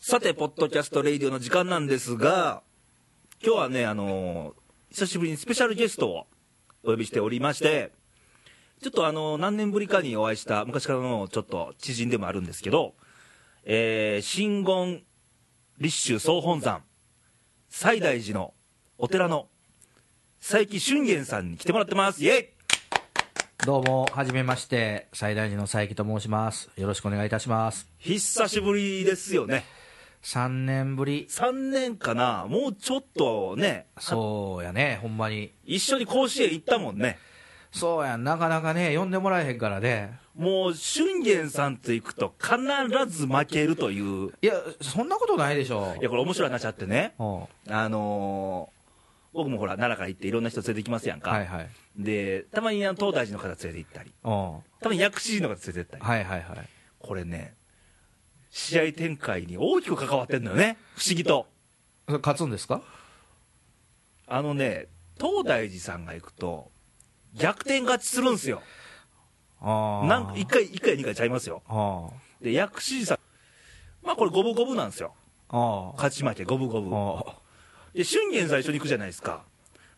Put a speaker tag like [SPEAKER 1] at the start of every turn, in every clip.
[SPEAKER 1] さて、ポッドキャストレイディオの時間なんですが、今日はね、あのー久しぶりにスペシャルゲストをお呼びしておりまして、ちょっとあのー何年ぶりかにお会いした、昔からのちょっと知人でもあるんですけど、えー、真言立宗総本山、西大寺のお寺の佐伯俊玄さんに来てもらってます。イェイ
[SPEAKER 2] どうも、はじめまして、最大寺の佐伯と申します。よろしくお願いいたします。
[SPEAKER 1] 久しぶりですよね。
[SPEAKER 2] 3年ぶり、
[SPEAKER 1] 3年かな、もうちょっとね、
[SPEAKER 2] そうやね、ほんまに。
[SPEAKER 1] 一緒に甲子園行ったもんね。
[SPEAKER 2] そうやん、なかなかね、呼んでもらえへんからね。
[SPEAKER 1] もう、俊玄さんと行くと必ず負けるという。
[SPEAKER 2] いや、そんなことないでしょ
[SPEAKER 1] い。や、これ面白い話あってね。
[SPEAKER 2] おう
[SPEAKER 1] あのー僕もほら、奈良から行っていろんな人連れて行きますやんか。
[SPEAKER 2] はいはい。
[SPEAKER 1] で、たまにあの東大寺の方連れて行ったり、
[SPEAKER 2] おう
[SPEAKER 1] たまに薬師寺の方連れて行ったり。
[SPEAKER 2] はいはいはい。
[SPEAKER 1] これね、試合展開に大きく関わってんのよね。不思議と。
[SPEAKER 2] それ勝つんですか
[SPEAKER 1] あのね、東大寺さんが行くと、逆転勝ちするんすよ。
[SPEAKER 2] ああ。
[SPEAKER 1] なんか、1回、一回、2回ちゃいますよ。
[SPEAKER 2] あ
[SPEAKER 1] で、薬師寺さん、まあこれ五分五分なんですよ。
[SPEAKER 2] あ。ああ。
[SPEAKER 1] 勝ち負け、五分五分。
[SPEAKER 2] おう
[SPEAKER 1] で、俊玄最初に行くじゃないですか。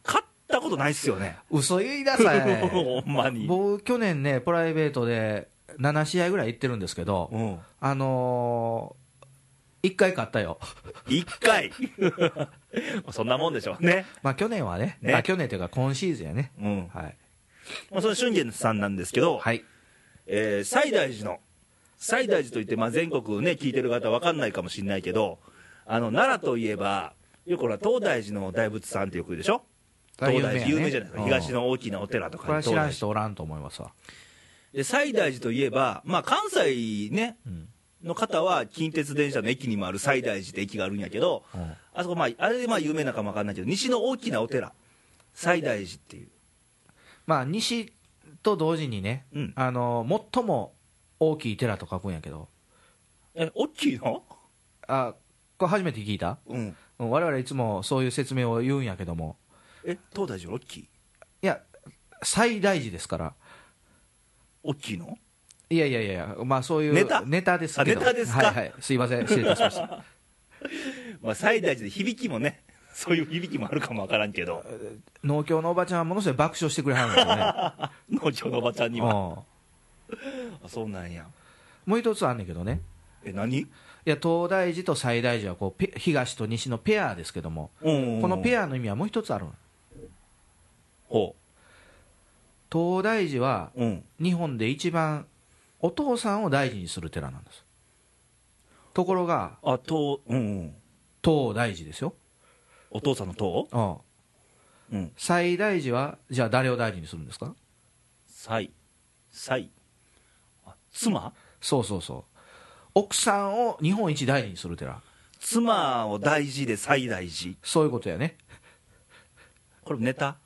[SPEAKER 1] 勝ったことないっすよね。
[SPEAKER 2] 嘘言いなさい。
[SPEAKER 1] ほんまに。
[SPEAKER 2] 僕、去年ね、プライベートで7試合ぐらい行ってるんですけど
[SPEAKER 1] う、ん。
[SPEAKER 2] あのー、1回勝ったよ。
[SPEAKER 1] 一回。 そんなもんでしょうね。
[SPEAKER 2] まあ去年はね、
[SPEAKER 1] ね
[SPEAKER 2] あ去年というか今シーズンやね。
[SPEAKER 1] うん。
[SPEAKER 2] はい。
[SPEAKER 1] まあ、その俊玄さんなんですけど、
[SPEAKER 2] はい。
[SPEAKER 1] えー西大寺の、西大寺といって、まあ、全国ね、聞いてる方わかんないかもしれないけど、あの、奈良といえば、よくほら、東大寺の大仏さんってよく言うでしょ東大寺、有名じゃないですか。東
[SPEAKER 2] うん。
[SPEAKER 1] の大きなお寺とか
[SPEAKER 2] これは知
[SPEAKER 1] 東
[SPEAKER 2] ら
[SPEAKER 1] 大
[SPEAKER 2] ん
[SPEAKER 1] 寺。
[SPEAKER 2] 人おらんと思いますわ。
[SPEAKER 1] で、西大寺といえば、まあ、関西ね、
[SPEAKER 2] うん。
[SPEAKER 1] の方は近鉄電車の駅にもある西大寺って駅があるんやけど、
[SPEAKER 2] うん
[SPEAKER 1] あそこ、まあ、あれでまあ有名なのかもわかんないけど、西の大きなお寺、西大寺っていう、
[SPEAKER 2] まあ西と同時にね、
[SPEAKER 1] うん
[SPEAKER 2] あの、最も大きい寺と書くんやけど、
[SPEAKER 1] え大きいの
[SPEAKER 2] あ、これ初めて聞いた
[SPEAKER 1] うん、
[SPEAKER 2] うん我々いつもそういう説明を言うんやけども、
[SPEAKER 1] え東大寺、大きい、
[SPEAKER 2] いや、最大事ですから。
[SPEAKER 1] 大きいの
[SPEAKER 2] いやいやいや、まあそういう
[SPEAKER 1] ネタ
[SPEAKER 2] ネタですけど。
[SPEAKER 1] あネタですか
[SPEAKER 2] はいはい。すいません。失礼いたし ました。
[SPEAKER 1] まあ、西大寺で響きもね、そういう響きもあるかもわからんけど、
[SPEAKER 2] 農協のおばちゃんはものすごい爆笑してくれはるんですよね。
[SPEAKER 1] 農協のおばちゃん に
[SPEAKER 2] うん
[SPEAKER 1] は、あそうなんや、
[SPEAKER 2] もう一つあんねんけどね。
[SPEAKER 1] え、何
[SPEAKER 2] いや東大寺と西大寺はこうペ東と西のペアですけども、
[SPEAKER 1] うん
[SPEAKER 2] このペ
[SPEAKER 1] ア、
[SPEAKER 2] アの意味はもう一つあるの
[SPEAKER 1] ほ
[SPEAKER 2] 東大寺は
[SPEAKER 1] う、うん、
[SPEAKER 2] 日本で一番お父さんを大事にする寺なんですところが
[SPEAKER 1] あ、とうん、うん、
[SPEAKER 2] 東大寺ですよ、
[SPEAKER 1] お父さんの党
[SPEAKER 2] うん、
[SPEAKER 1] うん、
[SPEAKER 2] 西大寺はじゃあ誰を大事にするんですか
[SPEAKER 1] 西、西、あ妻
[SPEAKER 2] そうそうそう奥さんを日本一大事にする寺
[SPEAKER 1] 妻を大事で西大寺。
[SPEAKER 2] そういうことやね
[SPEAKER 1] これネタ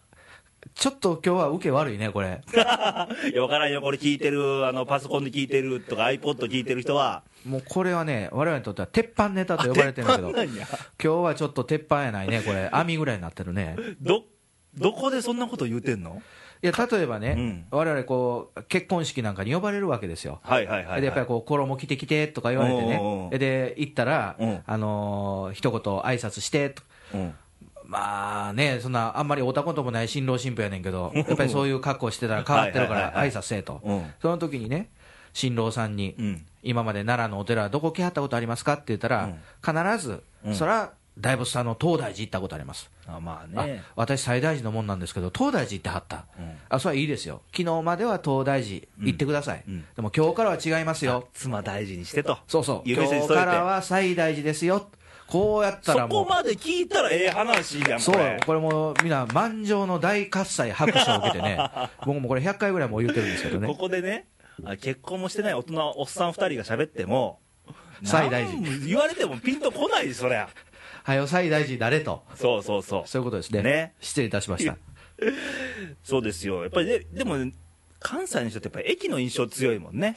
[SPEAKER 2] ちょっと今日は受け悪いねこれ
[SPEAKER 1] いや、わからんよ。これ聞いてる、あの、パソコンで聞いてるとか、iPod 聞いてる人は。
[SPEAKER 2] もうこれはね我々にとっては鉄板ネタと呼ばれてるんだけど
[SPEAKER 1] 鉄板なんや
[SPEAKER 2] 今日はちょっと鉄板やないね、これ、網ぐらいになってるね。
[SPEAKER 1] ど、どこでそんなこと言うてんの
[SPEAKER 2] いや、例えば
[SPEAKER 1] う
[SPEAKER 2] ね
[SPEAKER 1] ん、
[SPEAKER 2] 我々こう結婚式なんかに呼ばれるわけですよ。
[SPEAKER 1] はいはいはい、はい。
[SPEAKER 2] でやっぱりこう衣着てきてとか言われて
[SPEAKER 1] おうおうお
[SPEAKER 2] ね、
[SPEAKER 1] う
[SPEAKER 2] で行ったら、
[SPEAKER 1] うん
[SPEAKER 2] あのー一言、挨拶してと、
[SPEAKER 1] うん。
[SPEAKER 2] まあね、そんなあんまりおたこともない新郎新婦やねんけど、やっぱりそういう格好してたら変わってるか
[SPEAKER 1] はいは
[SPEAKER 2] ら、
[SPEAKER 1] いはい
[SPEAKER 2] 挨拶せえと
[SPEAKER 1] うん、
[SPEAKER 2] その時にね、新郎さんに、
[SPEAKER 1] うん。
[SPEAKER 2] 今まで奈良のお寺、どこ来はったことありますかって言ったら、必ず、そら大仏さんの東大寺行ったことあります。
[SPEAKER 1] あまあ
[SPEAKER 2] あ
[SPEAKER 1] ね。
[SPEAKER 2] 私、西大寺のもんなんですけど、東大寺行ってはった、あそれはいいですよ、昨日までは東大寺行ってください、でも今日からは違いますよ、
[SPEAKER 1] 妻大事にしてと。
[SPEAKER 2] そうそう、
[SPEAKER 1] いうメッ
[SPEAKER 2] 今
[SPEAKER 1] セージ
[SPEAKER 2] 日
[SPEAKER 1] 添えて
[SPEAKER 2] からは西大寺ですよ、こうやった
[SPEAKER 1] そ
[SPEAKER 2] らも
[SPEAKER 1] こ
[SPEAKER 2] う、
[SPEAKER 1] まで聞いたらええ話やん、
[SPEAKER 2] そ
[SPEAKER 1] こ
[SPEAKER 2] う
[SPEAKER 1] れ。
[SPEAKER 2] これもう、みんな、満場の大喝采、拍手を受けて ね、僕もこれ、100回ぐらいもう言ってるんですけど
[SPEAKER 1] こ
[SPEAKER 2] ね、
[SPEAKER 1] こでね、あ結婚もしてない大人、おっさん二人が喋っても、
[SPEAKER 2] 西大寺
[SPEAKER 1] なん言われてもピンとこないそりゃ。
[SPEAKER 2] はよ、西大寺誰と、
[SPEAKER 1] そうそうそう。
[SPEAKER 2] そういうことですね、
[SPEAKER 1] ね
[SPEAKER 2] 失礼いたしました、
[SPEAKER 1] そうですよ。やっぱりね、でも、関西の人ってやっぱり駅の印象強いもんね。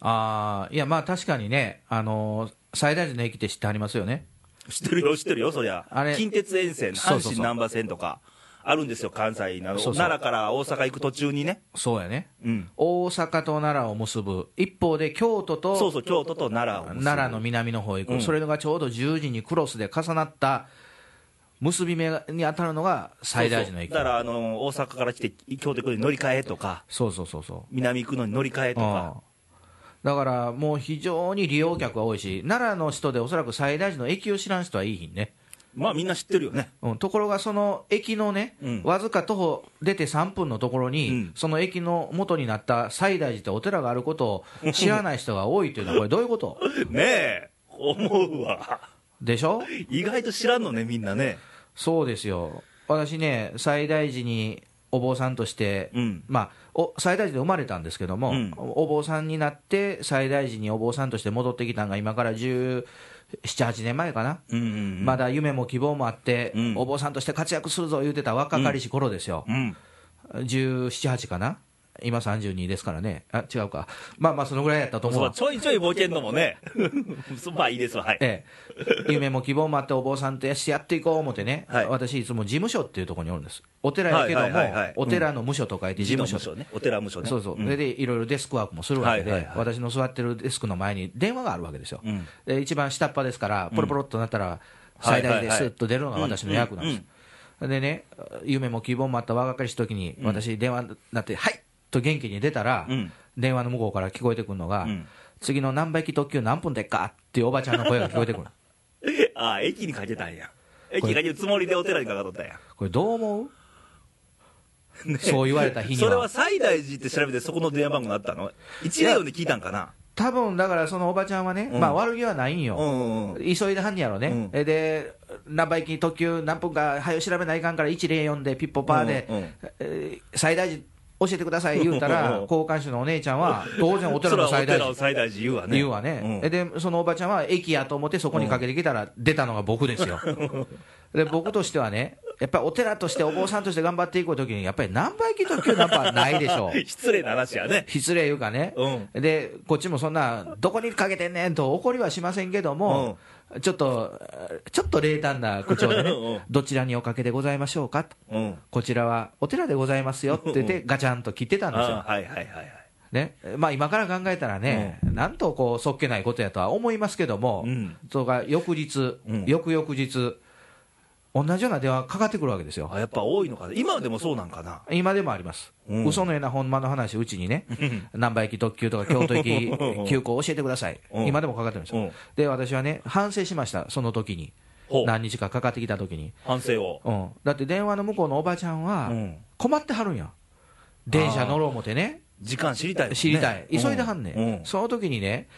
[SPEAKER 2] あーいや、まあ確かにね、あのー西大寺の駅って知ってはりますよね。
[SPEAKER 1] 知ってるよ、知ってるよ、そりゃ。
[SPEAKER 2] あれ
[SPEAKER 1] 近鉄沿線、
[SPEAKER 2] そ
[SPEAKER 1] 阪
[SPEAKER 2] うそうそ
[SPEAKER 1] 神
[SPEAKER 2] う
[SPEAKER 1] 難波線とか、あるんですよ、関西など、
[SPEAKER 2] そうそう
[SPEAKER 1] 奈良から大阪行く途中にね、
[SPEAKER 2] そうやね、
[SPEAKER 1] うん、
[SPEAKER 2] 大阪と奈良を結ぶ、一方で京都と
[SPEAKER 1] そうそう、京都と奈良を結ぶ
[SPEAKER 2] 奈良の南の方へ行く、
[SPEAKER 1] うん
[SPEAKER 2] それがちょうど10時にクロスで重なった結び目に当たるのが最大寺の駅
[SPEAKER 1] そうそうだからあの大阪から来て京都行くのに乗り換えとか
[SPEAKER 2] そうそうそうそう
[SPEAKER 1] 南行くのに乗り換えとか、
[SPEAKER 2] うんだからもう非常に利用客が多いし、奈良の人でおそらく最大寺の駅を知らん人はいいひんね、
[SPEAKER 1] まあみんな知ってるよね
[SPEAKER 2] うん、ところがその駅のね、
[SPEAKER 1] うん
[SPEAKER 2] わずか徒歩出て3分のところに、
[SPEAKER 1] うん
[SPEAKER 2] その駅の元になった西大寺ってお寺があることを知らない人が多いというのは、これ、どういうこと
[SPEAKER 1] ねえ思うわ
[SPEAKER 2] でしょ
[SPEAKER 1] 意外と知らんのねみんなね
[SPEAKER 2] そうですよ、私ね、西大寺にお坊さんとして、
[SPEAKER 1] うん
[SPEAKER 2] まあ、お西大寺で生まれたんですけども、
[SPEAKER 1] うん
[SPEAKER 2] おお坊さんになって、西大寺にお坊さんとして戻ってきたのが、今から17、8年前かな、
[SPEAKER 1] うんうん
[SPEAKER 2] まだ夢も希望もあって、
[SPEAKER 1] うん
[SPEAKER 2] お坊さんとして活躍するぞ言うてた若かりし頃ですよ、
[SPEAKER 1] うん
[SPEAKER 2] 17、8かな、今32ですからね、あ違うか、まあまあ、そのぐらいやったと思う
[SPEAKER 1] そう
[SPEAKER 2] わ。
[SPEAKER 1] ちょいちょい冒険のも ねそうまあいいですわはい
[SPEAKER 2] ええ、夢も希望もあって、お坊さんとしてやっていこう思ってね、
[SPEAKER 1] はい
[SPEAKER 2] 私、いつも事務所っていうところにおるんです、お寺やけども、
[SPEAKER 1] はいはいはいはい
[SPEAKER 2] お寺の無所と書いて、事務所、
[SPEAKER 1] 所ねお寺無所ね
[SPEAKER 2] そうそう、
[SPEAKER 1] ん
[SPEAKER 2] それでいろいろデスクワークもするわけで、
[SPEAKER 1] はいはいはい
[SPEAKER 2] 私の座ってるデスクの前に電話があるわけですよ、
[SPEAKER 1] うん
[SPEAKER 2] で一番下っ端ですから、ポロポロっとなったら、
[SPEAKER 1] はい
[SPEAKER 2] 最
[SPEAKER 1] はいはい
[SPEAKER 2] 大ですっと出るのが私の役なんです。でね、夢も希望もあった若かりし時に、私、電話になって、はいと元気に出たら、
[SPEAKER 1] うん
[SPEAKER 2] 電話の向こうから聞こえてくるのが、
[SPEAKER 1] うん
[SPEAKER 2] 次の何倍機特急何分でっかっていうおばちゃんの声が聞こえてくる。
[SPEAKER 1] ああ駅にかけたんや駅にかけるつもりでお寺にかかっとったんや
[SPEAKER 2] これどう思う、
[SPEAKER 1] ね
[SPEAKER 2] そう言われた日に
[SPEAKER 1] それは
[SPEAKER 2] は。
[SPEAKER 1] 西大寺って調べてそこの電話番号になったの104で聞いたんかな
[SPEAKER 2] 多分だからそのおばちゃんはね、
[SPEAKER 1] うん
[SPEAKER 2] まあ悪気はないん
[SPEAKER 1] う
[SPEAKER 2] よ。
[SPEAKER 1] んうんうん
[SPEAKER 2] 急いではんやろね、
[SPEAKER 1] うん
[SPEAKER 2] えで、何倍機特急何分か、はよ調べないかんから、104でピッポパーで、
[SPEAKER 1] うんうん
[SPEAKER 2] えー最大寺教えてください言うたら、
[SPEAKER 1] うん
[SPEAKER 2] 交換手のお姉ちゃんは、当然お
[SPEAKER 1] そ
[SPEAKER 2] 寺の
[SPEAKER 1] れは
[SPEAKER 2] 最
[SPEAKER 1] お
[SPEAKER 2] 大
[SPEAKER 1] 寺
[SPEAKER 2] 寺
[SPEAKER 1] の最大寺言うわね
[SPEAKER 2] 言うわね、
[SPEAKER 1] うん
[SPEAKER 2] でそのおばちゃんは駅やと思ってそこにかけてきたら出たのが僕ですよ、で僕としてはねやっぱりお寺としてお坊さんとして頑張っていくときにやっぱり何倍駅特急ナンバーないでしょ
[SPEAKER 1] 失礼な話やね
[SPEAKER 2] 失礼いうかね、
[SPEAKER 1] う
[SPEAKER 2] でこっちもそんなどこにかけてんねんと怒りはしませんけども、ちょっとちょっと冷淡な口調で ね
[SPEAKER 1] うん
[SPEAKER 2] どちらにおかけでございましょうかと
[SPEAKER 1] うん
[SPEAKER 2] こちらはお寺でございますよって言ってガチャンと切ってたんですよ
[SPEAKER 1] ああはいはいはいはい
[SPEAKER 2] ねまあ、今から考えたらね、なんとこうそっけないことやとは思いますけども、
[SPEAKER 1] うん
[SPEAKER 2] それが翌日、
[SPEAKER 1] うん
[SPEAKER 2] 翌々日、同じような電話かかってくるわけですよ、
[SPEAKER 1] あやっぱ多いのかな今でもそうなんかな
[SPEAKER 2] 今でもあります、
[SPEAKER 1] うん
[SPEAKER 2] 嘘のようなほんまの話、うちにね、難波駅特急とか京都駅急行教えてください、
[SPEAKER 1] うん
[SPEAKER 2] 今でもかかってるんですよ、
[SPEAKER 1] うん
[SPEAKER 2] で私はね、反省しました、その時に、
[SPEAKER 1] ほう
[SPEAKER 2] 何日かかかってきた時に、
[SPEAKER 1] 反省を
[SPEAKER 2] うん、だって電話の向こうのおばちゃんは
[SPEAKER 1] うん、
[SPEAKER 2] 困ってはるんや、電車乗ろう思てね。
[SPEAKER 1] 時間知りたいもんね
[SPEAKER 2] 知りたい、
[SPEAKER 1] う
[SPEAKER 2] 急いではんね、
[SPEAKER 1] うん
[SPEAKER 2] ん、その時にね、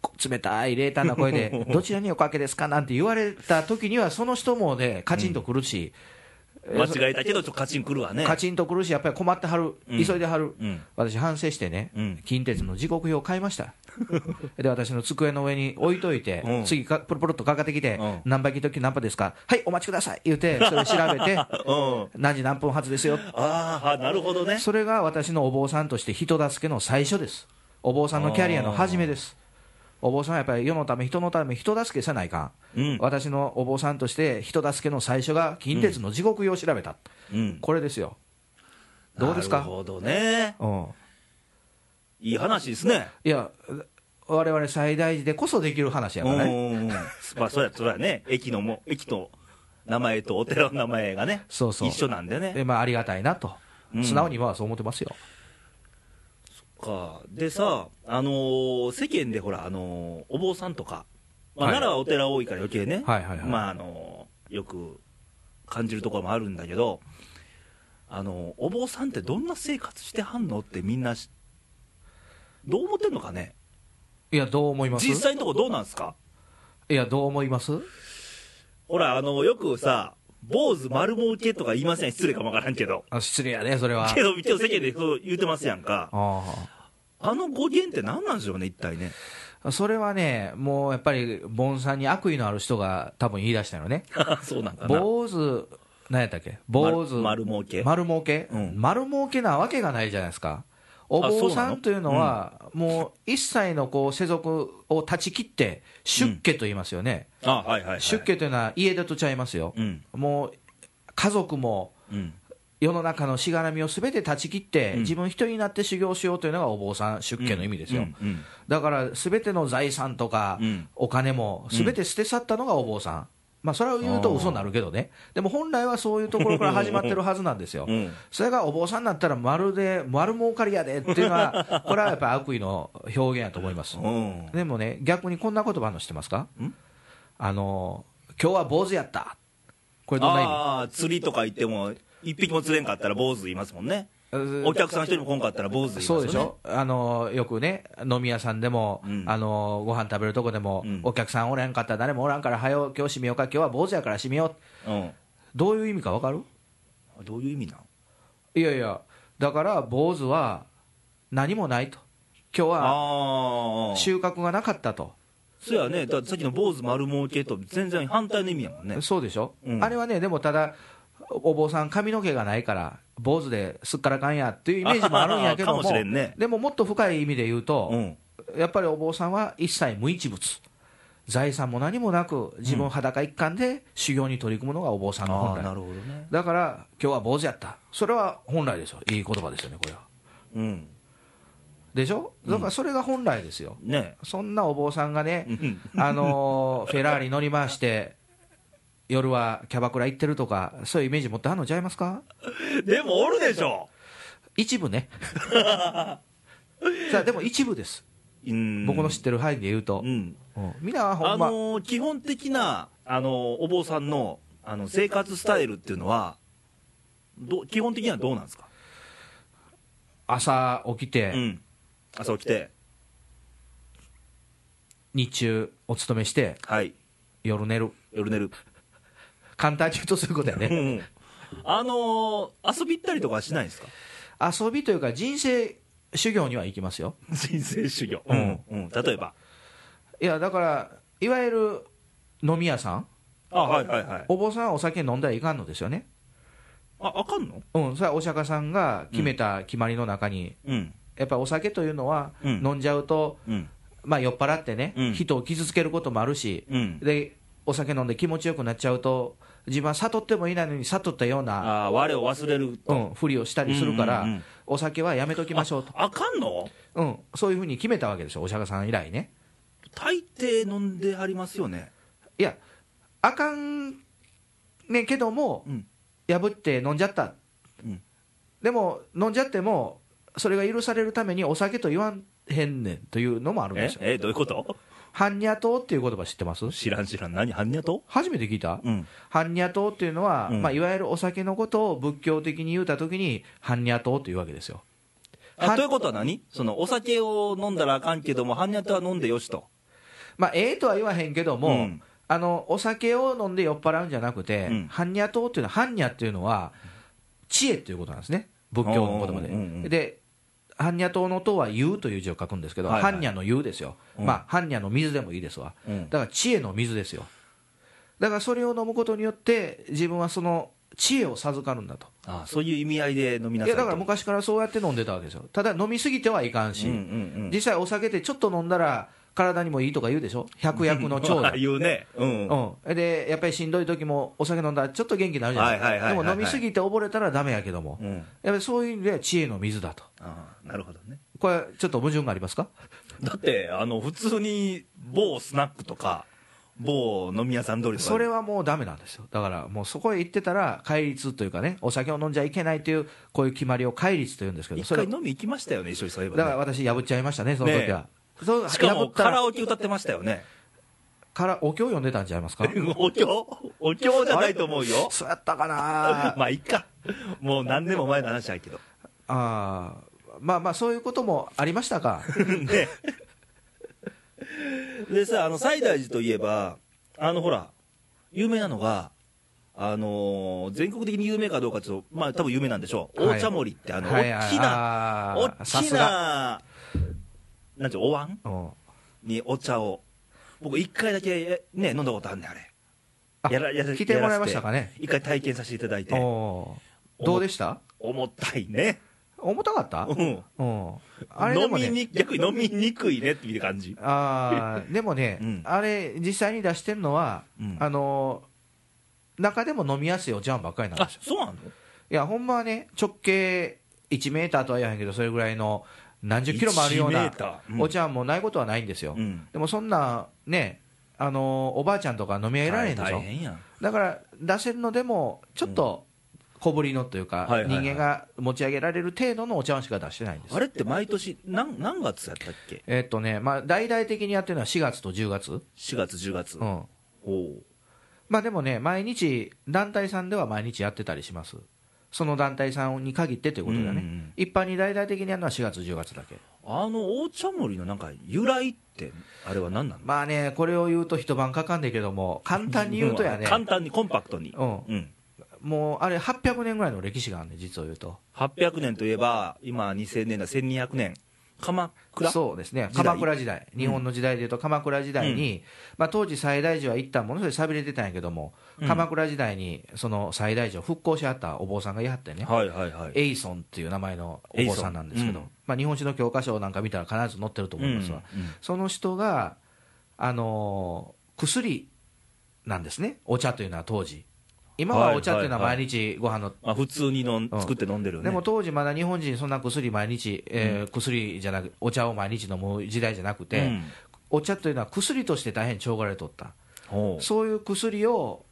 [SPEAKER 2] こ冷たい冷淡な 声で、どちらにおかけですかなんて言われた時には、その人もね、カチンとくるし、
[SPEAKER 1] 間違えたけどちょっとカチンくるわね
[SPEAKER 2] カチンとくるし、やっぱり困ってはる、
[SPEAKER 1] うん
[SPEAKER 2] 急いではる、
[SPEAKER 1] うん
[SPEAKER 2] 私、反省してね、
[SPEAKER 1] うん
[SPEAKER 2] 近鉄の時刻表を買いました、 で私の机の上に置いといて、
[SPEAKER 1] うん
[SPEAKER 2] 次か、ポロポロっとかかってきて、
[SPEAKER 1] うん
[SPEAKER 2] 何倍き時何波ですか、はい、お待ちください言うて、それ調べて、
[SPEAKER 1] うん
[SPEAKER 2] 何時何分発ですよ
[SPEAKER 1] ああなるほどね
[SPEAKER 2] それが私のお坊さんとして人助けの最初です。お坊さんのキャリアの初めです。お坊さんはやっぱり世のため、人のため、人助けせないかん。
[SPEAKER 1] うん
[SPEAKER 2] 私のお坊さんとして人助けの最初が近鉄の地獄用を調べた、
[SPEAKER 1] うん
[SPEAKER 2] これですよ。どうですか
[SPEAKER 1] なるほどね
[SPEAKER 2] うん、
[SPEAKER 1] いい話ですね
[SPEAKER 2] いや、我々最大事でこそできる話やからね。
[SPEAKER 1] うんまあそうやそうやね駅のも駅と名前とお寺の名前がね
[SPEAKER 2] そうそう
[SPEAKER 1] 一緒なんでね
[SPEAKER 2] でまあ、ありがたいなと
[SPEAKER 1] う。ん
[SPEAKER 2] 素直にはそう思ってますよ。
[SPEAKER 1] かでさ、あのー世間でほら、あのーお坊さんとか、まあ
[SPEAKER 2] はい
[SPEAKER 1] 奈良はお寺多いから余計ね、
[SPEAKER 2] はいはいはい
[SPEAKER 1] まああのーよく感じるところもあるんだけど、あのーお坊さんってどんな生活してはんのってみんなし、どう思ってんのかね、
[SPEAKER 2] いや、どう思います
[SPEAKER 1] 実際のとこどうなんすか
[SPEAKER 2] いや、どう思います
[SPEAKER 1] ほら、あのーよくさ、坊主丸儲けとか言いません、失礼かもわからんけど、
[SPEAKER 2] あ失礼やね、それは。
[SPEAKER 1] けど一応世間でそう言うてますやんか、
[SPEAKER 2] ああ
[SPEAKER 1] あの語源って何なんでしょうね、一体ね。
[SPEAKER 2] それはね、もうやっぱり、ボンさんに悪意のある人が多分言い出したよね。
[SPEAKER 1] そうなんかな。
[SPEAKER 2] 坊主、何やったっけ坊主、
[SPEAKER 1] 丸丸儲け
[SPEAKER 2] 丸儲け、
[SPEAKER 1] うん
[SPEAKER 2] 丸儲けなわけがないじゃないですか。お
[SPEAKER 1] あそう
[SPEAKER 2] 坊
[SPEAKER 1] な
[SPEAKER 2] さ
[SPEAKER 1] の
[SPEAKER 2] んというのは、もう一切のこう世俗を断ち切って、出家と言いますよね。
[SPEAKER 1] あ、はいはい、はい。
[SPEAKER 2] 出家というのは家出とちゃいますよ。
[SPEAKER 1] うん
[SPEAKER 2] もう、家族も、
[SPEAKER 1] うん、
[SPEAKER 2] 世の中のしがらみをすべて断ち切って、
[SPEAKER 1] うん
[SPEAKER 2] 自分一人になって修行しようというのがお坊さん出家の意味ですよ、
[SPEAKER 1] うんうん
[SPEAKER 2] だからすべての財産とか、
[SPEAKER 1] うん
[SPEAKER 2] お金もすべて捨て去ったのがお坊さん、まあ、それを言うと嘘になるけどね、でも本来はそういうところから始まってるはずなんですよ、
[SPEAKER 1] うん
[SPEAKER 2] それがお坊さんになったら、まるで丸儲かりやでっていうの は、これはやっぱり悪意の表現やと思います。
[SPEAKER 1] うん
[SPEAKER 2] でもね、逆にこんな言葉の知ってますか
[SPEAKER 1] ん
[SPEAKER 2] あの今日は坊主やった、これどんな意味
[SPEAKER 1] ああ釣りとか行っても一匹も釣れんかったら坊主いますもんね
[SPEAKER 2] うん
[SPEAKER 1] お客さん一人も来んかったら坊主います
[SPEAKER 2] そ
[SPEAKER 1] よ
[SPEAKER 2] う
[SPEAKER 1] ね
[SPEAKER 2] でしょ、あのよくね、飲み屋さんでも、
[SPEAKER 1] うん
[SPEAKER 2] あのご飯食べるとこでも、
[SPEAKER 1] うん
[SPEAKER 2] お客さんおらんかったら、誰もおらんから、はよ、今日閉めようか、今日は坊主やから閉めよう、
[SPEAKER 1] うん
[SPEAKER 2] どういう意味かわかる
[SPEAKER 1] どういう意味なん
[SPEAKER 2] いやいや、だから坊主は何もないと、今日は
[SPEAKER 1] ああそ
[SPEAKER 2] 収穫がなかったと、
[SPEAKER 1] やねだってさっきの坊主丸儲けと全然反対の意味やもんね
[SPEAKER 2] そうでしょ、
[SPEAKER 1] うん
[SPEAKER 2] あれはね、でもただ、お坊さん、髪の毛がないから、坊主ですっからかんやっていうイメージもあるんやけども、
[SPEAKER 1] かもしれんね
[SPEAKER 2] でももっと深い意味で言うと、
[SPEAKER 1] うん
[SPEAKER 2] やっぱりお坊さんは一切無一物、財産も何もなく、自分裸一貫で修行に取り組むのがお坊さんの
[SPEAKER 1] あ
[SPEAKER 2] 本
[SPEAKER 1] あ
[SPEAKER 2] 来、
[SPEAKER 1] なるほどね
[SPEAKER 2] だから今日は坊主やった、それは本来ですよ、いい言葉ですよね、これは。
[SPEAKER 1] うん
[SPEAKER 2] でしょ、だからそれが本来ですよ、
[SPEAKER 1] ね
[SPEAKER 2] そんなお坊さんがね、
[SPEAKER 1] ん
[SPEAKER 2] あのーフェラーリ乗り回して、夜はキャバクラ行ってるとか、そういうイメージ持ってはんのちゃいますか、
[SPEAKER 1] で もおるでしょ
[SPEAKER 2] 一部ね。 さあでも一部です、
[SPEAKER 1] うん
[SPEAKER 2] 僕の知ってる範囲で言うと
[SPEAKER 1] う、ん
[SPEAKER 2] うん皆はほ
[SPEAKER 1] あ
[SPEAKER 2] んま、
[SPEAKER 1] のー基本的な、あのーお坊さんのあの生活スタイルっていうのはど基本的にはどうなんですか、
[SPEAKER 2] 朝起きて、
[SPEAKER 1] うん、朝起きて
[SPEAKER 2] 日中お勤めして
[SPEAKER 1] はい
[SPEAKER 2] 夜寝る
[SPEAKER 1] 夜寝る、
[SPEAKER 2] 簡単に言うとそういうことや
[SPEAKER 1] う
[SPEAKER 2] ね
[SPEAKER 1] ん、あのー遊び行ったりとかはしないんです か
[SPEAKER 2] 遊びというか人生修行には行きますよ
[SPEAKER 1] 人生修行、
[SPEAKER 2] うん
[SPEAKER 1] うん、例えば
[SPEAKER 2] いやだからいわゆる飲み屋さん
[SPEAKER 1] あはいはいはい
[SPEAKER 2] お坊さんはお酒飲んだらいかんのですよね
[SPEAKER 1] ああかんの
[SPEAKER 2] うんそれはお釈迦さんが決めた決まりの中に、
[SPEAKER 1] うん
[SPEAKER 2] やっぱお酒というのは
[SPEAKER 1] うん
[SPEAKER 2] 飲んじゃうと、
[SPEAKER 1] うん
[SPEAKER 2] まあ酔っ払ってね、
[SPEAKER 1] うん
[SPEAKER 2] 人を傷つけることもあるし、
[SPEAKER 1] うん
[SPEAKER 2] でお酒飲んで気持ちよくなっちゃうと自分は悟ってもいないのに悟ったような、
[SPEAKER 1] あー我を忘れる
[SPEAKER 2] うん、ふりをしたりするから、
[SPEAKER 1] うんうんうん
[SPEAKER 2] お酒はやめときましょうと
[SPEAKER 1] ああかんの
[SPEAKER 2] うん、そういうふうに決めたわけでしょ、お釈迦さん以来ね。
[SPEAKER 1] 大抵飲んではりますよね
[SPEAKER 2] いや、あかんねんけども、
[SPEAKER 1] うん
[SPEAKER 2] 破って飲んじゃった、
[SPEAKER 1] うん
[SPEAKER 2] でも飲んじゃっても、それが許されるためにお酒と言わんへんねんというのもあるんで
[SPEAKER 1] え
[SPEAKER 2] すよ、
[SPEAKER 1] えどういうこと
[SPEAKER 2] 般若党っていう言葉知ってます
[SPEAKER 1] 知らん知らん何般若と
[SPEAKER 2] 初めて聞いた、
[SPEAKER 1] うん
[SPEAKER 2] 般若党っていうのは、
[SPEAKER 1] うん
[SPEAKER 2] まあ、いわゆるお若のことを仏教的に言うたときに、般若党というわけですよ。
[SPEAKER 1] あ
[SPEAKER 2] は
[SPEAKER 1] ということは何そのお酒を飲んだらあかんけども、般若は飲んでよしと。
[SPEAKER 2] まあ、ええとは言わへんけども、
[SPEAKER 1] うん
[SPEAKER 2] あのお酒を飲んで酔っ払うんじゃなくて、
[SPEAKER 1] うん
[SPEAKER 2] 般若党っていうのは、般若っていうのは、知恵っていうことなんですね、仏教の言葉で。
[SPEAKER 1] おーうんうん
[SPEAKER 2] で、般若党の党は、湯という字を書くんですけど、
[SPEAKER 1] はいはい
[SPEAKER 2] 般若の湯ですよ、
[SPEAKER 1] うん
[SPEAKER 2] まあ、般若の水でもいいですわ、
[SPEAKER 1] うん
[SPEAKER 2] だから知恵の水ですよ、だからそれを飲むことによって、自分はその知恵を授かるんだと。
[SPEAKER 1] あそういう意味合いで飲みないさい
[SPEAKER 2] や
[SPEAKER 1] と。
[SPEAKER 2] だから昔からそうやって飲んでたわけですよ、ただ飲みすぎてはいかんし、
[SPEAKER 1] うんうん
[SPEAKER 2] 実際お酒ってちょっと飲んだら体にもいいとか言うでしょ、百薬の長
[SPEAKER 1] うん。
[SPEAKER 2] だ
[SPEAKER 1] あ、 言うね。うん。
[SPEAKER 2] うん、でやっぱりしんどい時もお酒飲んだらちょっと元気になるじゃないです
[SPEAKER 1] はいはいはい
[SPEAKER 2] か、
[SPEAKER 1] はい
[SPEAKER 2] でも飲みすぎて溺れたらだめやけども、
[SPEAKER 1] うん。
[SPEAKER 2] やっぱりそういう意味では知恵の水だと、
[SPEAKER 1] ああ、なるほどね。
[SPEAKER 2] これ、ちょっと矛盾がありますか
[SPEAKER 1] だって、あの、普通に某スナックとか、某飲み屋さん通りとか。
[SPEAKER 2] それはもうだめなんですよ、だからもうそこへ行ってたら、戒律というかね、お酒を飲んじゃいけないという、こういう決まりを戒律というんですけど、
[SPEAKER 1] 一
[SPEAKER 2] それ
[SPEAKER 1] 回
[SPEAKER 2] だ
[SPEAKER 1] 飲み行きましたよね、一緒にそういえば、ね。
[SPEAKER 2] から私、破っちゃいましたね、その時は。そう
[SPEAKER 1] しか
[SPEAKER 2] 破
[SPEAKER 1] も
[SPEAKER 2] った
[SPEAKER 1] カ
[SPEAKER 2] ら
[SPEAKER 1] ラオケ歌ってましたよね。
[SPEAKER 2] からお経を読んでたんじゃいますか
[SPEAKER 1] お経お経じゃないと思うよ。
[SPEAKER 2] そうやったかな
[SPEAKER 1] まあ、いっか。もう何年も前の話やけど。
[SPEAKER 2] あーまあまあそういうこともありましたか
[SPEAKER 1] ね、でさあの西大寺といえばあのほら有名なのがあのー全国的に有名かどうかちょっとまあ多分有名なんでしょう、
[SPEAKER 2] はい
[SPEAKER 1] 大茶盛りってあの、
[SPEAKER 2] はいはい
[SPEAKER 1] 大きな
[SPEAKER 2] あー
[SPEAKER 1] 大
[SPEAKER 2] さ
[SPEAKER 1] き
[SPEAKER 2] すが
[SPEAKER 1] ななんていうのお椀
[SPEAKER 2] うん
[SPEAKER 1] にお茶を僕一回だけね飲んだことあんねんあれ
[SPEAKER 2] あ
[SPEAKER 1] やらやら
[SPEAKER 2] 来てもらいましたかね
[SPEAKER 1] 一回体験させていただいて
[SPEAKER 2] おーどうでした
[SPEAKER 1] 重たいね、
[SPEAKER 2] 重たかった
[SPEAKER 1] うん、
[SPEAKER 2] うんあれで
[SPEAKER 1] 飲
[SPEAKER 2] も
[SPEAKER 1] み
[SPEAKER 2] ね
[SPEAKER 1] に逆に飲みにくいねっていう感じ
[SPEAKER 2] あーでもね、
[SPEAKER 1] うん
[SPEAKER 2] あれ実際に出してるのは、
[SPEAKER 1] うん
[SPEAKER 2] あのー中でも飲みやすいお茶碗ばっかりなん
[SPEAKER 1] あ
[SPEAKER 2] ですよ
[SPEAKER 1] そうなの
[SPEAKER 2] いや、ほんまはね、直径1メーターとは言わへんけど、それぐらいの何十キロもあるよう
[SPEAKER 1] 1メ
[SPEAKER 2] な
[SPEAKER 1] ーターうん
[SPEAKER 2] お茶もないことはないんですよ、
[SPEAKER 1] うん
[SPEAKER 2] でもそんなね、あのおばあちゃんとか飲み合いられへんでしょ、
[SPEAKER 1] 大変やん
[SPEAKER 2] だから出せるのでも、ちょっと小ぶりのという
[SPEAKER 1] は
[SPEAKER 2] か、
[SPEAKER 1] いはいはい
[SPEAKER 2] 人間が持ち上げられる程度のお茶碗しか出してないんです
[SPEAKER 1] あ。れって毎年何何月やったっけ
[SPEAKER 2] えっとね、まあ、大々的にやってるのは4月と10月、
[SPEAKER 1] 4月10月、
[SPEAKER 2] う
[SPEAKER 1] お
[SPEAKER 2] ん
[SPEAKER 1] お
[SPEAKER 2] まあ、でもね、毎日、団体さんでは毎日やってたりします、その団体さんに限ってということだね、
[SPEAKER 1] うんうんうん
[SPEAKER 2] 一般に大々的にやるのは4月、10月だけ、
[SPEAKER 1] あの大茶盛りのなんか由来ってあれは何なの
[SPEAKER 2] まあね、これを言うと一晩かかんねんけども、簡単に言うとや ね、
[SPEAKER 1] 簡単にコンパクトに、
[SPEAKER 2] うん
[SPEAKER 1] うん、
[SPEAKER 2] もうあれ、800年ぐらいの歴史があるねん、実を言うと、
[SPEAKER 1] 800年といえば今2000年だ1200年鎌倉
[SPEAKER 2] そうですね、
[SPEAKER 1] 時代
[SPEAKER 2] 鎌倉時代、日本の時代でいうと、鎌倉時代に、まあ、当時、西大寺は一旦ものすごい寂れてたんやけども、鎌倉時代にその西大寺を復興しはったお坊さんがいはってね。
[SPEAKER 1] はいはいはい
[SPEAKER 2] エイソンっていう名前のお坊さんなんですけど、
[SPEAKER 1] エイソン
[SPEAKER 2] まあ、日本史の教科書なんか見たら必ず載ってると思いますわ、
[SPEAKER 1] うんうん
[SPEAKER 2] その人が、あのー薬なんですね、お茶というのは当時、今はお茶っていうのは毎日ご飯の、
[SPEAKER 1] まあ、普通にのん
[SPEAKER 2] うん
[SPEAKER 1] 作って飲んでるよね、
[SPEAKER 2] でも当時、まだ日本人、そんな薬毎日、えー薬じゃなく、お茶を毎日飲む時代じゃなくて、
[SPEAKER 1] うん
[SPEAKER 2] お茶というのは薬として大変調がれとった、
[SPEAKER 1] ほ
[SPEAKER 2] そういう薬を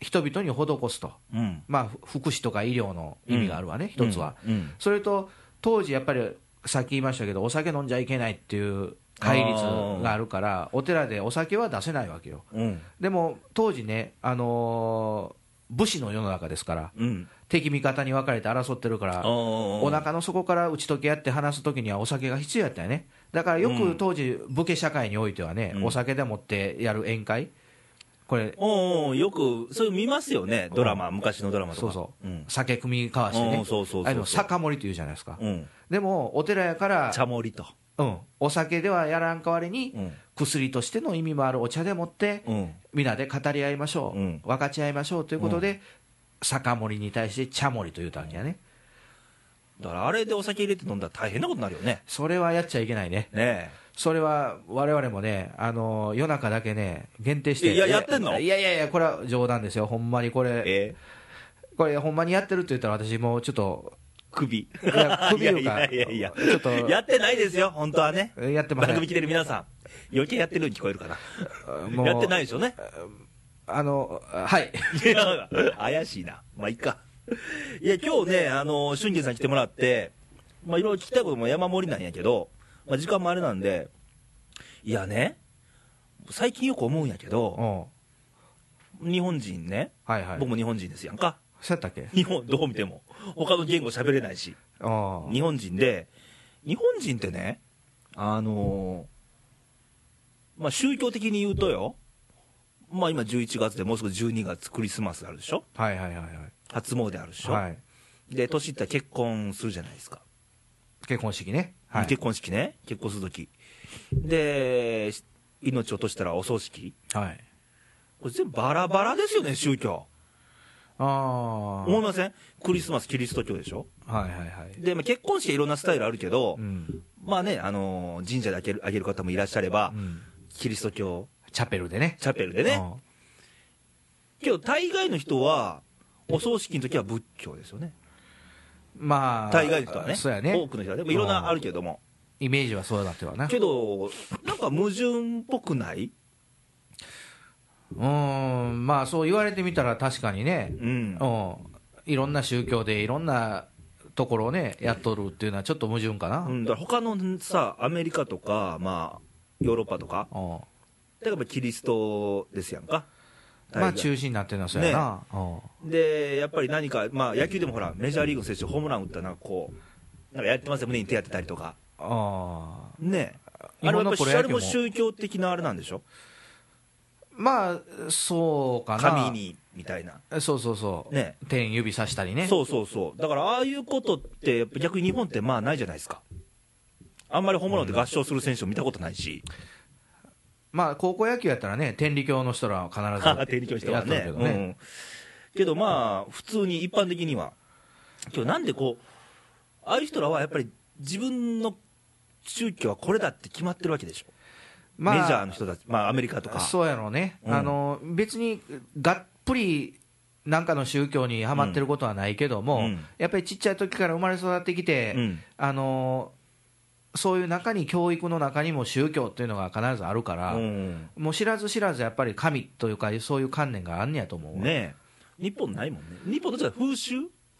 [SPEAKER 2] 人々に施すと。
[SPEAKER 1] ううん
[SPEAKER 2] まあ、ふ福祉とか医療の意味があるわね、
[SPEAKER 1] うん
[SPEAKER 2] 一つは、
[SPEAKER 1] うん
[SPEAKER 2] それと当時、やっぱりさっき言いましたけど、お酒飲んじゃいけないっていう戒律があるから、お寺でお酒は出せないわけよ、
[SPEAKER 1] うん
[SPEAKER 2] でも当時ね、あのー武士の世の中ですから、
[SPEAKER 1] うん
[SPEAKER 2] 敵味方に分かれて争ってるから、
[SPEAKER 1] お
[SPEAKER 2] お腹の底から打ち解け合って話すときにはお酒が必要やったよね、だからよ
[SPEAKER 1] う
[SPEAKER 2] く当時、武家社会においてはね、
[SPEAKER 1] うん
[SPEAKER 2] お酒でもってやる宴会、これ、
[SPEAKER 1] おうおうよくそういう見ますよねドラマ昔のドラマとか
[SPEAKER 2] そうそう、
[SPEAKER 1] ん
[SPEAKER 2] 酒組み交わして
[SPEAKER 1] う
[SPEAKER 2] ね
[SPEAKER 1] ん、そうそうそうそう
[SPEAKER 2] ああいの酒盛りというじゃないですか、
[SPEAKER 1] うん、
[SPEAKER 2] でもお寺やから、
[SPEAKER 1] 茶盛りと、
[SPEAKER 2] うん、お酒ではやらん代わりに、
[SPEAKER 1] うん
[SPEAKER 2] 薬としての意味もあるお茶でもって、
[SPEAKER 1] うん、
[SPEAKER 2] 皆で語り合いましょう、
[SPEAKER 1] うん
[SPEAKER 2] 分かち合いましょうということで、酒盛りに対して茶盛りというたわけやね、
[SPEAKER 1] だからあれでお酒入れて飲んだら大変なことになるよね
[SPEAKER 2] それはやっちゃいけないね。
[SPEAKER 1] ね
[SPEAKER 2] それは我々もね、あの夜中だけね、限定して、
[SPEAKER 1] いややってんの
[SPEAKER 2] いやいやいや、これは冗談ですよ、ほんまにこ
[SPEAKER 1] え
[SPEAKER 2] れ、
[SPEAKER 1] え
[SPEAKER 2] これ、ほんまにやってるって言ったら、私、もうちょっと
[SPEAKER 1] 首い
[SPEAKER 2] や首
[SPEAKER 1] や
[SPEAKER 2] と か
[SPEAKER 1] いやいやいや
[SPEAKER 2] ちょっと
[SPEAKER 1] やってないですよ本当はね
[SPEAKER 2] やってませ
[SPEAKER 1] 番組
[SPEAKER 2] ん
[SPEAKER 1] 来てる皆さん余計やってるように聞こえるかな
[SPEAKER 2] もう
[SPEAKER 1] やってないでしょうね
[SPEAKER 2] あの、はい、
[SPEAKER 1] いや怪しいなまあいいかいや今日ねあの俊傑さん来てもらってまあいろいろ聞きたいことも山盛りなんやけど、まあ、時間もあれなんでいやね最近よく思うんやけ
[SPEAKER 2] う
[SPEAKER 1] ど
[SPEAKER 2] ん、
[SPEAKER 1] 日本人ね
[SPEAKER 2] はいはい、
[SPEAKER 1] 僕も日本人ですやんか
[SPEAKER 2] そうやったっけ、
[SPEAKER 1] 日本どう見ても他の言語喋れないし
[SPEAKER 2] うん、
[SPEAKER 1] 日本人で、日本人ってね、あのーまあ、宗教的に言うとよ、まあ、今11月でもうすぐ12月クリスマスあるでしょ
[SPEAKER 2] はいはいはいは
[SPEAKER 1] 初詣あるでし
[SPEAKER 2] い、
[SPEAKER 1] ょ、
[SPEAKER 2] はい、
[SPEAKER 1] で、年いったら結婚するじゃないですか。
[SPEAKER 2] 結婚式ね、はい、
[SPEAKER 1] 結婚式ね。結婚するとき。で、し命を落としたらお葬式。
[SPEAKER 2] はい、
[SPEAKER 1] これ全部バラバラですよね、宗教。
[SPEAKER 2] あー
[SPEAKER 1] 思いませんクリスマス、キリスト教でしょ
[SPEAKER 2] はいはいはい、
[SPEAKER 1] で、まあ、結婚式はいろんなスタイルあるけど、
[SPEAKER 2] うん、
[SPEAKER 1] まあね、あのー神社であげるあげる方もいらっしゃれば、
[SPEAKER 2] うん
[SPEAKER 1] キリスト教
[SPEAKER 2] チャペルでね、
[SPEAKER 1] チャペルでね、
[SPEAKER 2] うん
[SPEAKER 1] けど大概の人は、お葬式の時は仏教ですよね、
[SPEAKER 2] まあ、
[SPEAKER 1] 大概の人はね、
[SPEAKER 2] そうや
[SPEAKER 1] 多
[SPEAKER 2] ね、
[SPEAKER 1] くの人はね、いろんなあるけども、
[SPEAKER 2] イメージはそうだってわな、
[SPEAKER 1] けど、なんか矛盾っぽくない、
[SPEAKER 2] うーん、まあそう言われてみたら確かにね、
[SPEAKER 1] うん、
[SPEAKER 2] うん、いろんな宗教でいろんなところをね、やっとるっていうのはちょっと矛盾かな、
[SPEAKER 1] うん、だから他のさ、アメリカとか、まあ、ヨーロッパとか、
[SPEAKER 2] うん
[SPEAKER 1] 例えばキリストですやんか、
[SPEAKER 2] まあ
[SPEAKER 1] 大概
[SPEAKER 2] 中心になってるのはそうやな、うん
[SPEAKER 1] で、やっぱり何か、まあ、野球でもほら、メジャーリーグの選手、ホームラン打ったら、なんかこう、なんかやってますよ、胸に手当てたりとか。
[SPEAKER 2] あー
[SPEAKER 1] ねえ、あ
[SPEAKER 2] 日
[SPEAKER 1] れはや
[SPEAKER 2] 本の
[SPEAKER 1] っぱ
[SPEAKER 2] プロ
[SPEAKER 1] りあれ
[SPEAKER 2] 野球
[SPEAKER 1] も
[SPEAKER 2] も
[SPEAKER 1] 宗教的なあれなんでしょ、
[SPEAKER 2] まあ、そうかな。
[SPEAKER 1] 神にみたいな、
[SPEAKER 2] そうそうそう、
[SPEAKER 1] ね
[SPEAKER 2] 天指さしたりね、
[SPEAKER 1] そうそうそう、だからああいうことって、やっぱ逆に日本ってまあないじゃないですか、あんまりホームランで合唱する選手を見たことないし、
[SPEAKER 2] まあ、高校野球やったらね、天理教の人らは必ず
[SPEAKER 1] 手に教して
[SPEAKER 2] や
[SPEAKER 1] は
[SPEAKER 2] っとる
[SPEAKER 1] ね
[SPEAKER 2] けど
[SPEAKER 1] う
[SPEAKER 2] ね、
[SPEAKER 1] ん。けどまあ、普通に一般的には、今日なんでこう、ああいう人らはやっぱり自分の宗教はこれだって決まってるわけでしょ、
[SPEAKER 2] まあ、
[SPEAKER 1] メジャーの人たち、まあ、アメリカとか。
[SPEAKER 2] そうやろうね、
[SPEAKER 1] うん
[SPEAKER 2] あの別にがっぷりなんかの宗教にはまってることはないけども、
[SPEAKER 1] うん
[SPEAKER 2] やっぱりちっちゃい時から生まれ育ってきて、
[SPEAKER 1] うん
[SPEAKER 2] あのそういう中に、教育の中にも宗教っていうのが必ずあるから、
[SPEAKER 1] うん
[SPEAKER 2] もう知らず知らずやっぱり神というか、そういう観念があんねやと思うわ、
[SPEAKER 1] ねえ日本ないもんね日本どっちか風習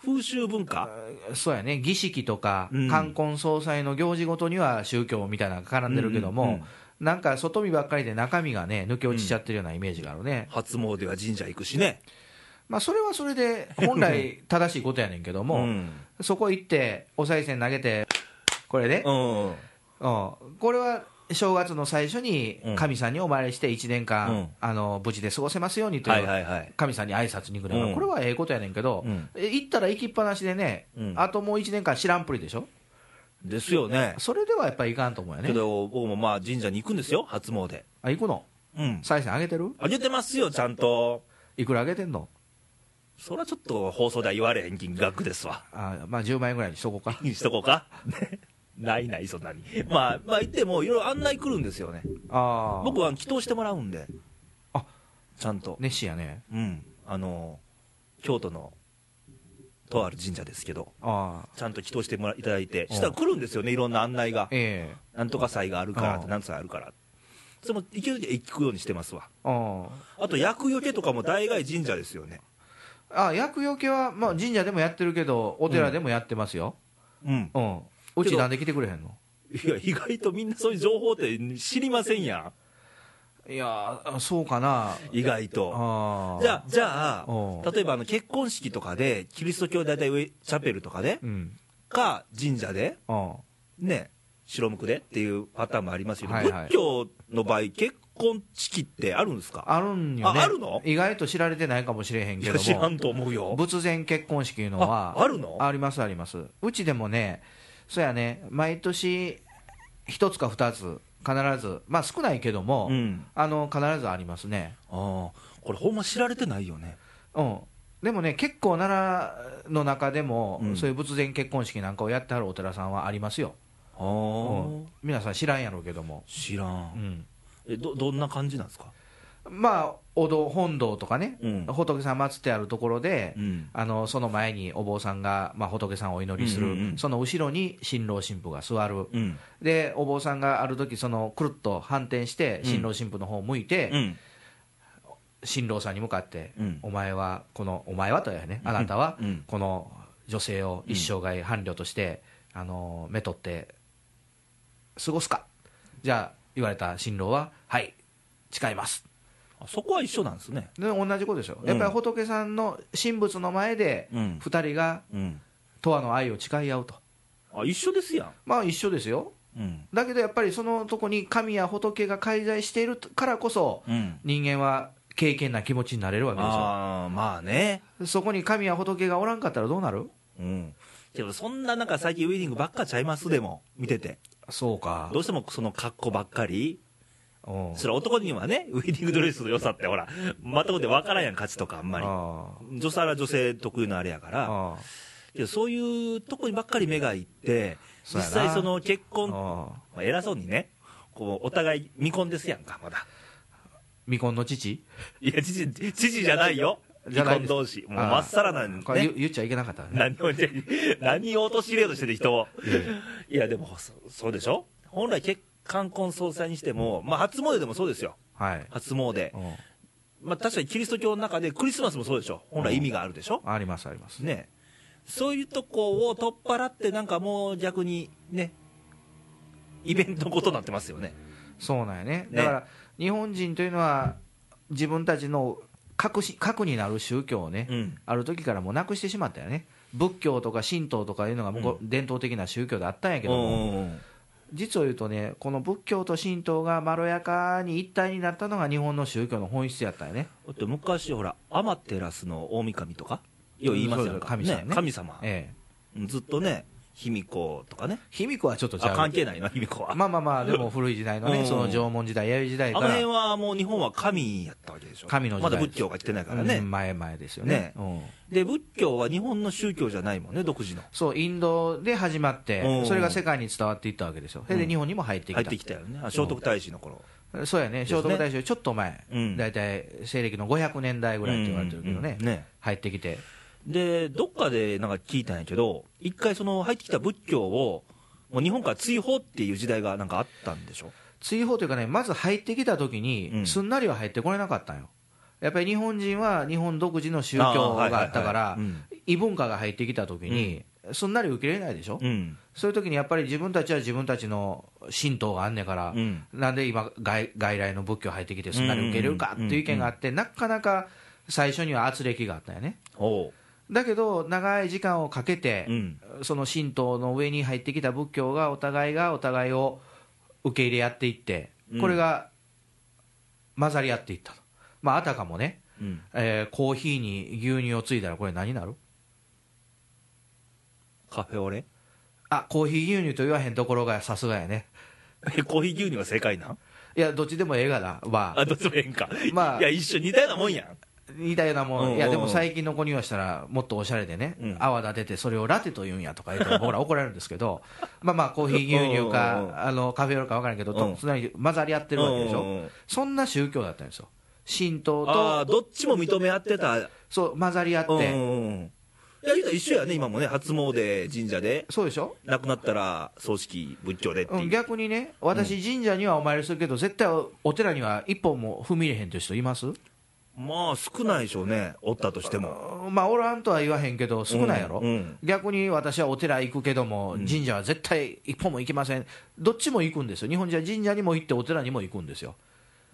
[SPEAKER 1] 風習文化
[SPEAKER 2] そうやね、儀式とか、
[SPEAKER 1] うん
[SPEAKER 2] 冠婚葬祭の行事ごとには宗教みたいなのが絡んでるけども、
[SPEAKER 1] うんうんうん
[SPEAKER 2] なんか外見ばっかりで中身がね、抜け落ちちゃってるようなイメージがあるね、
[SPEAKER 1] 初詣は神社行くしね
[SPEAKER 2] まあ、それはそれで、本来正しいことやねんけども、
[SPEAKER 1] うん
[SPEAKER 2] そこ行って、お賽銭投げて、これね、
[SPEAKER 1] うん
[SPEAKER 2] うんこれは正月の最初に
[SPEAKER 1] うん
[SPEAKER 2] 神さんにお参りして、1年間、
[SPEAKER 1] うん
[SPEAKER 2] あの無事で過ごせますようにという
[SPEAKER 1] はいはいはい
[SPEAKER 2] 神さんに挨拶に行くのが、
[SPEAKER 1] うん
[SPEAKER 2] これはええことやねんけど、
[SPEAKER 1] うん
[SPEAKER 2] え行ったら行きっぱなしでね、
[SPEAKER 1] うん
[SPEAKER 2] あともう1年間知らんぷりでしょ、
[SPEAKER 1] ですよね
[SPEAKER 2] それではやっぱりいかんと思うよ
[SPEAKER 1] け
[SPEAKER 2] ね、
[SPEAKER 1] ど僕もまあ神社に行くんですよ初詣
[SPEAKER 2] あ行くの、
[SPEAKER 1] うん
[SPEAKER 2] 再銭あげてる
[SPEAKER 1] あげてますよちゃんと
[SPEAKER 2] いくらあげてんの
[SPEAKER 1] そらちょっと放送では言われへん金額ですわ
[SPEAKER 2] あ、まあ、10万円ぐらいにしとこうか、
[SPEAKER 1] にしとこうかねないないそんなにまあまあ言ってもいろいろ案内来るんですよね
[SPEAKER 2] あー
[SPEAKER 1] 僕は祈祷してもらうんで
[SPEAKER 2] あ
[SPEAKER 1] ちゃんと
[SPEAKER 2] 熱心やね、
[SPEAKER 1] うんあの京都のとある神社ですけど
[SPEAKER 2] あー
[SPEAKER 1] ちゃんと祈祷してもらいただいてしたら来るんですよねいろんな案内が
[SPEAKER 2] ええ
[SPEAKER 1] なんとか祭があるからっ
[SPEAKER 2] う
[SPEAKER 1] て
[SPEAKER 2] ん
[SPEAKER 1] なんとか祭あるからそれも行ける時は行くようにしてますわ
[SPEAKER 2] あー
[SPEAKER 1] あと厄除けとかも大概神社ですよね
[SPEAKER 2] あ厄除けは、まあ、神社でもやってるけど、お寺でもやってますよ、
[SPEAKER 1] うん
[SPEAKER 2] うん、う
[SPEAKER 1] け
[SPEAKER 2] ち、
[SPEAKER 1] ど
[SPEAKER 2] なんで来てくれへんの
[SPEAKER 1] いや意外とみんなそういう情報って知りませんや
[SPEAKER 2] いやー、そうかな、
[SPEAKER 1] ん意外と
[SPEAKER 2] あー
[SPEAKER 1] じゃあ、じゃ
[SPEAKER 2] う
[SPEAKER 1] あ、例えばあの結婚式とかで、キリスト教大体上チャペルとかで、
[SPEAKER 2] うん、
[SPEAKER 1] か神社で、
[SPEAKER 2] うん、
[SPEAKER 1] ね、白むくでっていうパターンもありますけど、
[SPEAKER 2] はいはい
[SPEAKER 1] 仏教の場合、結婚式ってあるんですか
[SPEAKER 2] あるんよね
[SPEAKER 1] ああるの
[SPEAKER 2] 意外と知られてないかもしれへん
[SPEAKER 1] い
[SPEAKER 2] け
[SPEAKER 1] や、
[SPEAKER 2] ど
[SPEAKER 1] 知ら
[SPEAKER 2] も、
[SPEAKER 1] んと思うよ。
[SPEAKER 2] 仏前結婚式いうの
[SPEAKER 1] あ
[SPEAKER 2] は、
[SPEAKER 1] あるの
[SPEAKER 2] ありますありますうちでもねそうやね毎年一つか二つ必ずまあ少ないけども、
[SPEAKER 1] うん。
[SPEAKER 2] あの必ずありますね
[SPEAKER 1] ああ、これほんま知られてないよね。
[SPEAKER 2] うんでもね結構奈良の中でも、
[SPEAKER 1] うん
[SPEAKER 2] そういう仏前結婚式なんかをやってはるお寺さんはありますよ、
[SPEAKER 1] ああ、
[SPEAKER 2] うん皆さん知らんやろうけども、
[SPEAKER 1] 知ら。
[SPEAKER 2] うんん
[SPEAKER 1] え、ど、どんな感じなんですか
[SPEAKER 2] まあお堂本堂とかね、
[SPEAKER 1] うん
[SPEAKER 2] 仏さん祀ってあるところで、
[SPEAKER 1] うん。
[SPEAKER 2] あのその前にお坊さんが、まあ、仏さんをお祈りす
[SPEAKER 1] う
[SPEAKER 2] る、
[SPEAKER 1] んうんうん
[SPEAKER 2] その後ろに新郎新婦が座る、
[SPEAKER 1] うん。
[SPEAKER 2] でお坊さんがある時そのくるっと反転して
[SPEAKER 1] うん
[SPEAKER 2] 新郎新婦の方を向いて、
[SPEAKER 1] うん。
[SPEAKER 2] 新郎さんに向かって、
[SPEAKER 1] うん
[SPEAKER 2] お前はこのお前はとやねあなたは
[SPEAKER 1] うん
[SPEAKER 2] この女性を一生涯伴侶として、あの目取って過ごすかじゃあ言われた新郎ははい誓います
[SPEAKER 1] あそこは一緒なんですね。
[SPEAKER 2] で同じことですよ
[SPEAKER 1] うん
[SPEAKER 2] やっぱり仏さんの神仏の前で
[SPEAKER 1] うん
[SPEAKER 2] 二人が
[SPEAKER 1] うん。
[SPEAKER 2] 永遠の愛を誓い合うと
[SPEAKER 1] あ、一緒ですや
[SPEAKER 2] まあ一緒ですよ
[SPEAKER 1] ん。うん。
[SPEAKER 2] だけどやっぱりそのとこに神や仏が介在しているからこそ、
[SPEAKER 1] うん。
[SPEAKER 2] 人間は経験な気持ちになれるわけですよ
[SPEAKER 1] ああまあね、
[SPEAKER 2] そこに神や仏がおらんかったらどうなる
[SPEAKER 1] うん、けどそんななんか最近ウェディングばっかちゃいますでも見てて
[SPEAKER 2] そうか
[SPEAKER 1] どうしてもその格好ばっかり
[SPEAKER 2] うん
[SPEAKER 1] それは男にはねウェディングドレスの良さってほら全くで分からんやん価値とかあんまり
[SPEAKER 2] あ
[SPEAKER 1] 女性は女性特有のあれやか
[SPEAKER 2] あ
[SPEAKER 1] ら
[SPEAKER 2] ああ
[SPEAKER 1] けどそういうとこにばっかり目がいって
[SPEAKER 2] そう
[SPEAKER 1] 実
[SPEAKER 2] やな
[SPEAKER 1] 際その結婚ま
[SPEAKER 2] ああ
[SPEAKER 1] あ偉そうにねこうお互い未婚ですやんかまだ
[SPEAKER 2] 未婚の父
[SPEAKER 1] いや知事知事じゃないよ
[SPEAKER 2] じゃ
[SPEAKER 1] 未
[SPEAKER 2] ない
[SPEAKER 1] 婚
[SPEAKER 2] です
[SPEAKER 1] 同士もう
[SPEAKER 2] ああ
[SPEAKER 1] まっさらなん
[SPEAKER 2] こ
[SPEAKER 1] ね
[SPEAKER 2] れ言言っちゃいけなかったね
[SPEAKER 1] 何を、何を陥れようとしてる人を。いや、でもそ、そうでしょ本来、結冠婚葬祭にしても、まあ、初詣でもそうですよ。
[SPEAKER 2] はい
[SPEAKER 1] 初詣
[SPEAKER 2] う。ん
[SPEAKER 1] まあ、確かにキリスト教の中でクリスマスもそうでしょ本来意味があるでしょ
[SPEAKER 2] ありますあります
[SPEAKER 1] ねそういうとこを取っ払って、なんかもう逆に、ね、イベントごとになってますよね。
[SPEAKER 2] そうなんやね
[SPEAKER 1] ね
[SPEAKER 2] だから日本人というのは自分たちの核し核になる宗教をね、
[SPEAKER 1] うん。
[SPEAKER 2] ある時からもうなくしてしまったよね仏教とか神道とかいうのがもうこう伝統的な宗教であったんやけども、
[SPEAKER 1] うん
[SPEAKER 2] 実を言うとねこの仏教と神道がまろやかに一体になったのが日本の宗教の本質やったよね
[SPEAKER 1] だって昔、ほら、天照の大神とか、よう言いますやんか。
[SPEAKER 2] そうそう神様ね
[SPEAKER 1] 神様。
[SPEAKER 2] え
[SPEAKER 1] ずっとね、卑弥呼とかね、
[SPEAKER 2] 卑弥呼はちょっとじ
[SPEAKER 1] あ
[SPEAKER 2] ゃ
[SPEAKER 1] 関係ないな、卑弥呼は。
[SPEAKER 2] まあまあまあ、でも古い時代の
[SPEAKER 1] う
[SPEAKER 2] ね、
[SPEAKER 1] ん
[SPEAKER 2] その縄文時代、弥生時代
[SPEAKER 1] あ
[SPEAKER 2] か
[SPEAKER 1] の
[SPEAKER 2] ら
[SPEAKER 1] 辺、はもう日本は神やったわけでしょ、
[SPEAKER 2] 神の時
[SPEAKER 1] ま
[SPEAKER 2] 代
[SPEAKER 1] だ仏教が来てないからね、
[SPEAKER 2] うん前々ですよね
[SPEAKER 1] ね
[SPEAKER 2] うん
[SPEAKER 1] で仏教は日本の宗教じゃないもんね、独自の、
[SPEAKER 2] そう、インドで始まっ
[SPEAKER 1] う
[SPEAKER 2] て、
[SPEAKER 1] ん
[SPEAKER 2] それが世界に伝わっていったわけですよ、それで日本にも入って
[SPEAKER 1] 入
[SPEAKER 2] き
[SPEAKER 1] って
[SPEAKER 2] た
[SPEAKER 1] きたよね、あ聖徳太子の頃、
[SPEAKER 2] そうやね、
[SPEAKER 1] す
[SPEAKER 2] 聖
[SPEAKER 1] ね
[SPEAKER 2] 徳太子、ちょっと前
[SPEAKER 1] う、ん
[SPEAKER 2] 大体西暦の500年代ぐらいって言われてるけど
[SPEAKER 1] うん
[SPEAKER 2] ね
[SPEAKER 1] うんうんね、
[SPEAKER 2] 入ってきて、
[SPEAKER 1] で、どっかでなんか聞いたんやけど、一回、その入ってきた仏教を、もう日本から追放っていう時代がなんかあったんでしょ、
[SPEAKER 2] 追放というかね、まず入ってきた時
[SPEAKER 1] う
[SPEAKER 2] に、
[SPEAKER 1] ん
[SPEAKER 2] すんなりは入ってこれなかったんよ。やっぱり日本人は日本独自の宗
[SPEAKER 1] あー
[SPEAKER 2] 教
[SPEAKER 1] はいはい
[SPEAKER 2] が
[SPEAKER 1] はい
[SPEAKER 2] あったから
[SPEAKER 1] うん、
[SPEAKER 2] 異文化が入ってきた時に、すんなり受け入れないでしょ、
[SPEAKER 1] うん、
[SPEAKER 2] そういう時にやっぱり自分たちは自分たちの神道があんねんから、
[SPEAKER 1] うん
[SPEAKER 2] なんで今外、外来の仏教入ってきて、すんなり受け入れるかっていう意見があって、なかなか最初には圧力があったよね。
[SPEAKER 1] おう、
[SPEAKER 2] だけど、長い時間をかけて、
[SPEAKER 1] うん
[SPEAKER 2] その神道の上に入ってきた仏教が、お互いがお互いを受け入れ合っていって、これが混ざり合っていったと、まあ、あたかもね、
[SPEAKER 1] うん、
[SPEAKER 2] えーコーヒーに牛乳をついだら、これ、何になる
[SPEAKER 1] カフェオレ、
[SPEAKER 2] あコーヒー牛乳と言わへんところがさすがやね。
[SPEAKER 1] えコーヒー牛乳が正解なん
[SPEAKER 2] いや、どっちでもええがな、まあ、
[SPEAKER 1] あ、どっちもええんか。
[SPEAKER 2] まあ
[SPEAKER 1] いや、一緒似たようなもんやん。
[SPEAKER 2] 似たようなも
[SPEAKER 1] うんうん
[SPEAKER 2] ん、
[SPEAKER 1] うん
[SPEAKER 2] いや、でも最近の子にはしたら、もっとおしゃれでね、
[SPEAKER 1] うん
[SPEAKER 2] 泡立てて、それをラテと言うんやとか言って、僕ら怒られるんです けど、まあまあ、コーヒー牛乳
[SPEAKER 1] うんうんうん
[SPEAKER 2] か、あのカフェオレか分からんけど、
[SPEAKER 1] う
[SPEAKER 2] と
[SPEAKER 1] ん
[SPEAKER 2] つまり混ざり合ってるわけでし
[SPEAKER 1] うんうんう
[SPEAKER 2] ょ
[SPEAKER 1] ん、
[SPEAKER 2] そんな宗教だったんですよ、神道
[SPEAKER 1] ああ、
[SPEAKER 2] と
[SPEAKER 1] どっちも認め合ってた。
[SPEAKER 2] そう混ざり合っ
[SPEAKER 1] うんう
[SPEAKER 2] て、
[SPEAKER 1] んうん。いや、言うたら一緒やね、今もね。初詣、神社で。
[SPEAKER 2] そうでしょ、
[SPEAKER 1] 亡くなったら、葬式、仏教でって
[SPEAKER 2] う
[SPEAKER 1] い
[SPEAKER 2] ん
[SPEAKER 1] う。
[SPEAKER 2] 逆にね、私、神社にはお参りするけど、絶対お寺には一歩も踏み入れへんという人います
[SPEAKER 1] まあ、少ないでしょうね。おったとしても。
[SPEAKER 2] まあ、おらんとは言わへんけど、少ないやろ、
[SPEAKER 1] うんうん
[SPEAKER 2] 逆に私はお寺行くけども、神社は絶対一本も行きません、どっちも行くんですよ、日本人は神社にも行って、お寺にも行くんですよ、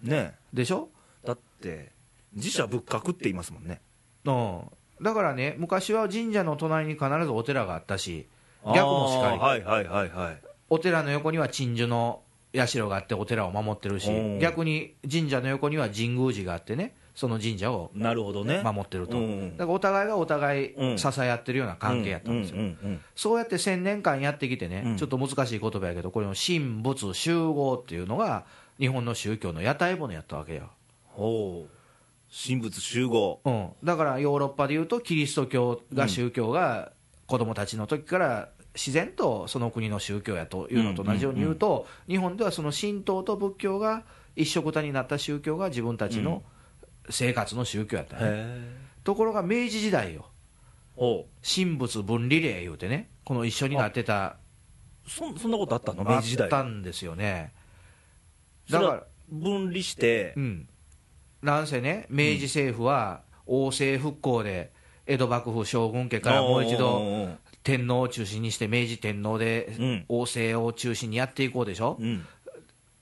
[SPEAKER 1] ね
[SPEAKER 2] でしょ、
[SPEAKER 1] だって、寺社仏閣って言いますもんね。
[SPEAKER 2] うん、だからね、昔は神社の隣に必ずお寺があったし、逆もしか
[SPEAKER 1] あー
[SPEAKER 2] り、
[SPEAKER 1] はいはいはいはい。
[SPEAKER 2] お寺の横には鎮守の社があって、お寺を守ってるし
[SPEAKER 1] うん、
[SPEAKER 2] 逆に神社の横には神宮寺があってね、その神社を
[SPEAKER 1] なるほどね。
[SPEAKER 2] 守ってると、
[SPEAKER 1] う
[SPEAKER 2] だ
[SPEAKER 1] んうん
[SPEAKER 2] からお互いがお互い支え合ってるような関係やったんですよ。
[SPEAKER 1] うんうんうんうん
[SPEAKER 2] そうやって1000年間やってきてね、
[SPEAKER 1] うん
[SPEAKER 2] ちょっと難しい言葉やけど、これの神仏集合っていうのが、日本の宗教の屋台骨やったわけよ、
[SPEAKER 1] ほう。神仏集合。
[SPEAKER 2] うん、だからヨーロッパでいうと、キリスト教が宗教が子供たちの時から自然とその国の宗教やというのと同じように言うと、日本ではその神道と仏教が一緒くたになった宗教が自分たちの生活の宗教やった
[SPEAKER 1] へ
[SPEAKER 2] ね、
[SPEAKER 1] え。
[SPEAKER 2] ところが明治時代よ、
[SPEAKER 1] おう。
[SPEAKER 2] 神仏分離令言うてね、この一緒になってた。
[SPEAKER 1] そんそんなことあったの明治時代。
[SPEAKER 2] あったんですよね
[SPEAKER 1] だ
[SPEAKER 2] だ
[SPEAKER 1] か
[SPEAKER 2] からら
[SPEAKER 1] 分離して
[SPEAKER 2] う、んなんせね明治政府は王政復興で江戸幕府将軍家からもう
[SPEAKER 1] お
[SPEAKER 2] 一
[SPEAKER 1] ー
[SPEAKER 2] 度
[SPEAKER 1] おーおー
[SPEAKER 2] 天皇を中心にして明治天皇
[SPEAKER 1] う
[SPEAKER 2] で
[SPEAKER 1] ん
[SPEAKER 2] 王政を中心にやっていこうでしょ、
[SPEAKER 1] うん、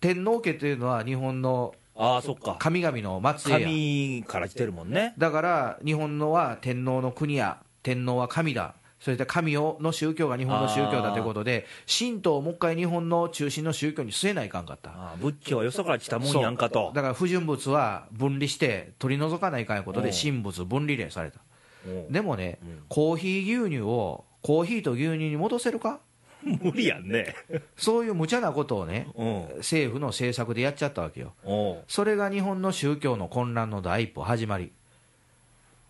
[SPEAKER 2] 天皇家というのは日本の
[SPEAKER 1] ああ、そっか、
[SPEAKER 2] 神々の末裔や
[SPEAKER 1] 紙から来てるもんね、
[SPEAKER 2] だから日本のは天皇の国や天皇は神だそして神をの宗教が日本の宗教だということで神道をもう一回日本の中心の宗教に据えないかんかった
[SPEAKER 1] ああ仏教はよそから来たもんやんかと
[SPEAKER 2] だ、から不純物は分離して取り除かないかんいうこと
[SPEAKER 1] う
[SPEAKER 2] で
[SPEAKER 1] ん
[SPEAKER 2] 神仏分離令された
[SPEAKER 1] うん
[SPEAKER 2] でもね、コーヒー牛乳をコーヒーと牛乳に戻せるか
[SPEAKER 1] 無理やんね、
[SPEAKER 2] そういう無茶なことをね
[SPEAKER 1] うん、
[SPEAKER 2] 政府の政策でやっちゃったわけよ
[SPEAKER 1] おう
[SPEAKER 2] それが日本の宗教の混乱の第一歩始まり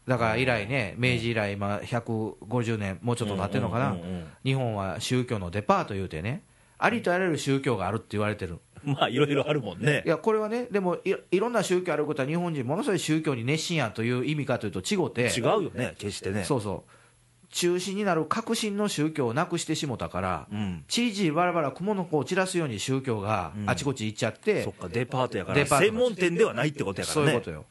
[SPEAKER 2] だから以来ね明治以来今150年もうちょっと経ってるのか
[SPEAKER 1] う
[SPEAKER 2] なん
[SPEAKER 1] うんうんうん
[SPEAKER 2] 日本は宗教のデパート言うてねありとあらゆる宗教があるって言われてる
[SPEAKER 1] まあ、いろいろあるもんね
[SPEAKER 2] い、やこれはね、でもいいろんな宗教あることは、日本人、ものすごい宗教に熱心やという意味かというと、違って、
[SPEAKER 1] 違うよね、決してね、
[SPEAKER 2] そうそう、中心になる革新の宗教をなくしてしもたから、
[SPEAKER 1] うん、
[SPEAKER 2] ちりちりばらばら雲の子を散らすように宗教があちこち行っちゃって、
[SPEAKER 1] そっか、デパートやか
[SPEAKER 2] デ
[SPEAKER 1] ら、
[SPEAKER 2] パート
[SPEAKER 1] 専門店ではないってことやから
[SPEAKER 2] そ
[SPEAKER 1] ね、
[SPEAKER 2] ういうことよ。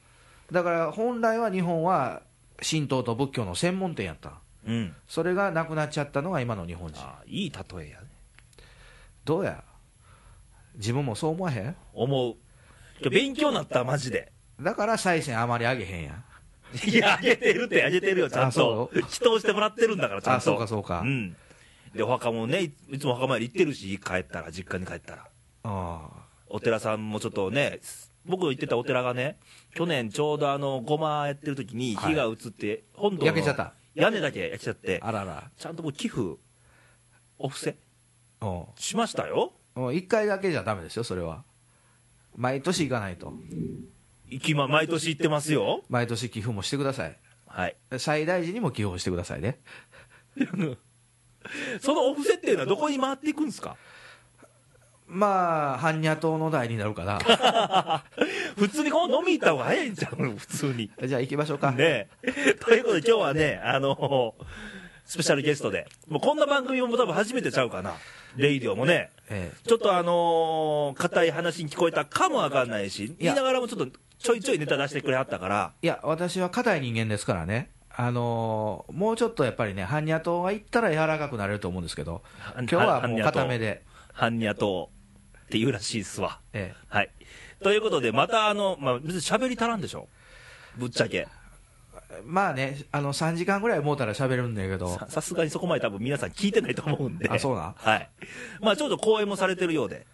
[SPEAKER 2] だから本来は日本は神道と仏教の専門店やった、
[SPEAKER 1] うん、
[SPEAKER 2] それがなくなっちゃったのが今の日本人、
[SPEAKER 1] ああいい例えやね、
[SPEAKER 2] どうや、自分もそう思わへん
[SPEAKER 1] 思う、今日勉強になった、マジで。
[SPEAKER 2] だから再選あまり上げへんやん。
[SPEAKER 1] いや、あげてるって、あげてるよ、ちゃん
[SPEAKER 2] あ
[SPEAKER 1] と
[SPEAKER 2] そ。
[SPEAKER 1] 祈祷してもらってるんだから、ちゃんと。
[SPEAKER 2] あそうかそうか
[SPEAKER 1] ん。で、お墓もね、いいつもお墓参り行ってるし、帰ったら、実家に帰ったら。
[SPEAKER 2] あ
[SPEAKER 1] お寺さんもちょっとね、僕行ってたお寺がね、去年ちょうどあの、ごまやってる時に
[SPEAKER 2] はい
[SPEAKER 1] 火が移って、本堂の
[SPEAKER 2] 焼けちゃった
[SPEAKER 1] 屋根だけ焼けちゃって
[SPEAKER 2] あ、あらら。
[SPEAKER 1] ちゃんともう寄付、お布施
[SPEAKER 2] うん
[SPEAKER 1] しましたよ
[SPEAKER 2] うん、1回だけじゃダメですよ、それは。毎年行かないと、
[SPEAKER 1] 行きま毎年行ってますよ
[SPEAKER 2] 毎年寄付もしてください、
[SPEAKER 1] はい
[SPEAKER 2] 最大時にも寄付をしてくださいね、
[SPEAKER 1] そのお布施っていうのはどこに回っていくんですか
[SPEAKER 2] まあ、般若党の代になるかな、
[SPEAKER 1] 普通にこう飲み行った方が早いんちゃう普通に
[SPEAKER 2] じゃあ行きましょうか、
[SPEAKER 1] ねえ。ということで今日はね、あのスペシャルゲストで、もうこんな番組も多分初めてちゃうかな。レイディオもね、
[SPEAKER 2] ええ
[SPEAKER 1] ちょっとあのー硬い話に聞こえたかもわかんないし、言いながらもちょっとちょいちょいネタ出してくれはったから、
[SPEAKER 2] いや、私は硬い人間ですからね、あのーもうちょっとやっぱりね、般若党が行ったら柔らかくなれると思うんですけど、今日はもう硬めで、
[SPEAKER 1] ハンニャ島っていうらしいっすわ。
[SPEAKER 2] え
[SPEAKER 1] はい。ということで、またあの、まあ、別に喋り足らんでしょ。ぶっちゃけ。
[SPEAKER 2] えまあね、あの3時間ぐらいもうたら喋るんだけど、
[SPEAKER 1] ささすがにそこまで多分皆さん聞いてないと思うんで。
[SPEAKER 2] あそうなん
[SPEAKER 1] はい。まあちょっと講演もされてるようで。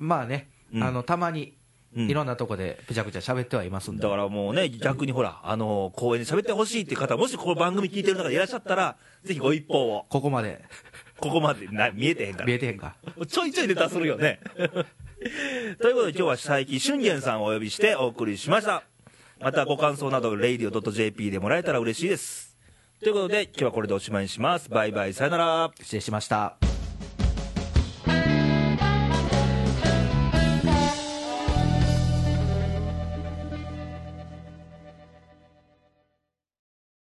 [SPEAKER 2] まあね、
[SPEAKER 1] うん
[SPEAKER 2] あのたまに
[SPEAKER 1] うん
[SPEAKER 2] いろんなとこでぺちゃくちゃ喋ってはいますんで、
[SPEAKER 1] だからもうね、逆にほら、あの公演で喋ってほしいっていう方、もしこの番組聞いてる方がいらっしゃったら、ぜひご一報を、
[SPEAKER 2] ここまで
[SPEAKER 1] ここまでな見えてへんか
[SPEAKER 2] 見
[SPEAKER 1] ら、
[SPEAKER 2] えてへんか。
[SPEAKER 1] ちょいちょいネタするよね。ということで、今日は佐伯俊玄さんをお呼びしてお送りしました。またご感想など、radio.jp でもらえたら嬉しいです。ということで、今日はこれでおしまいにします。バイバイ、さよなら。
[SPEAKER 2] 失礼しました。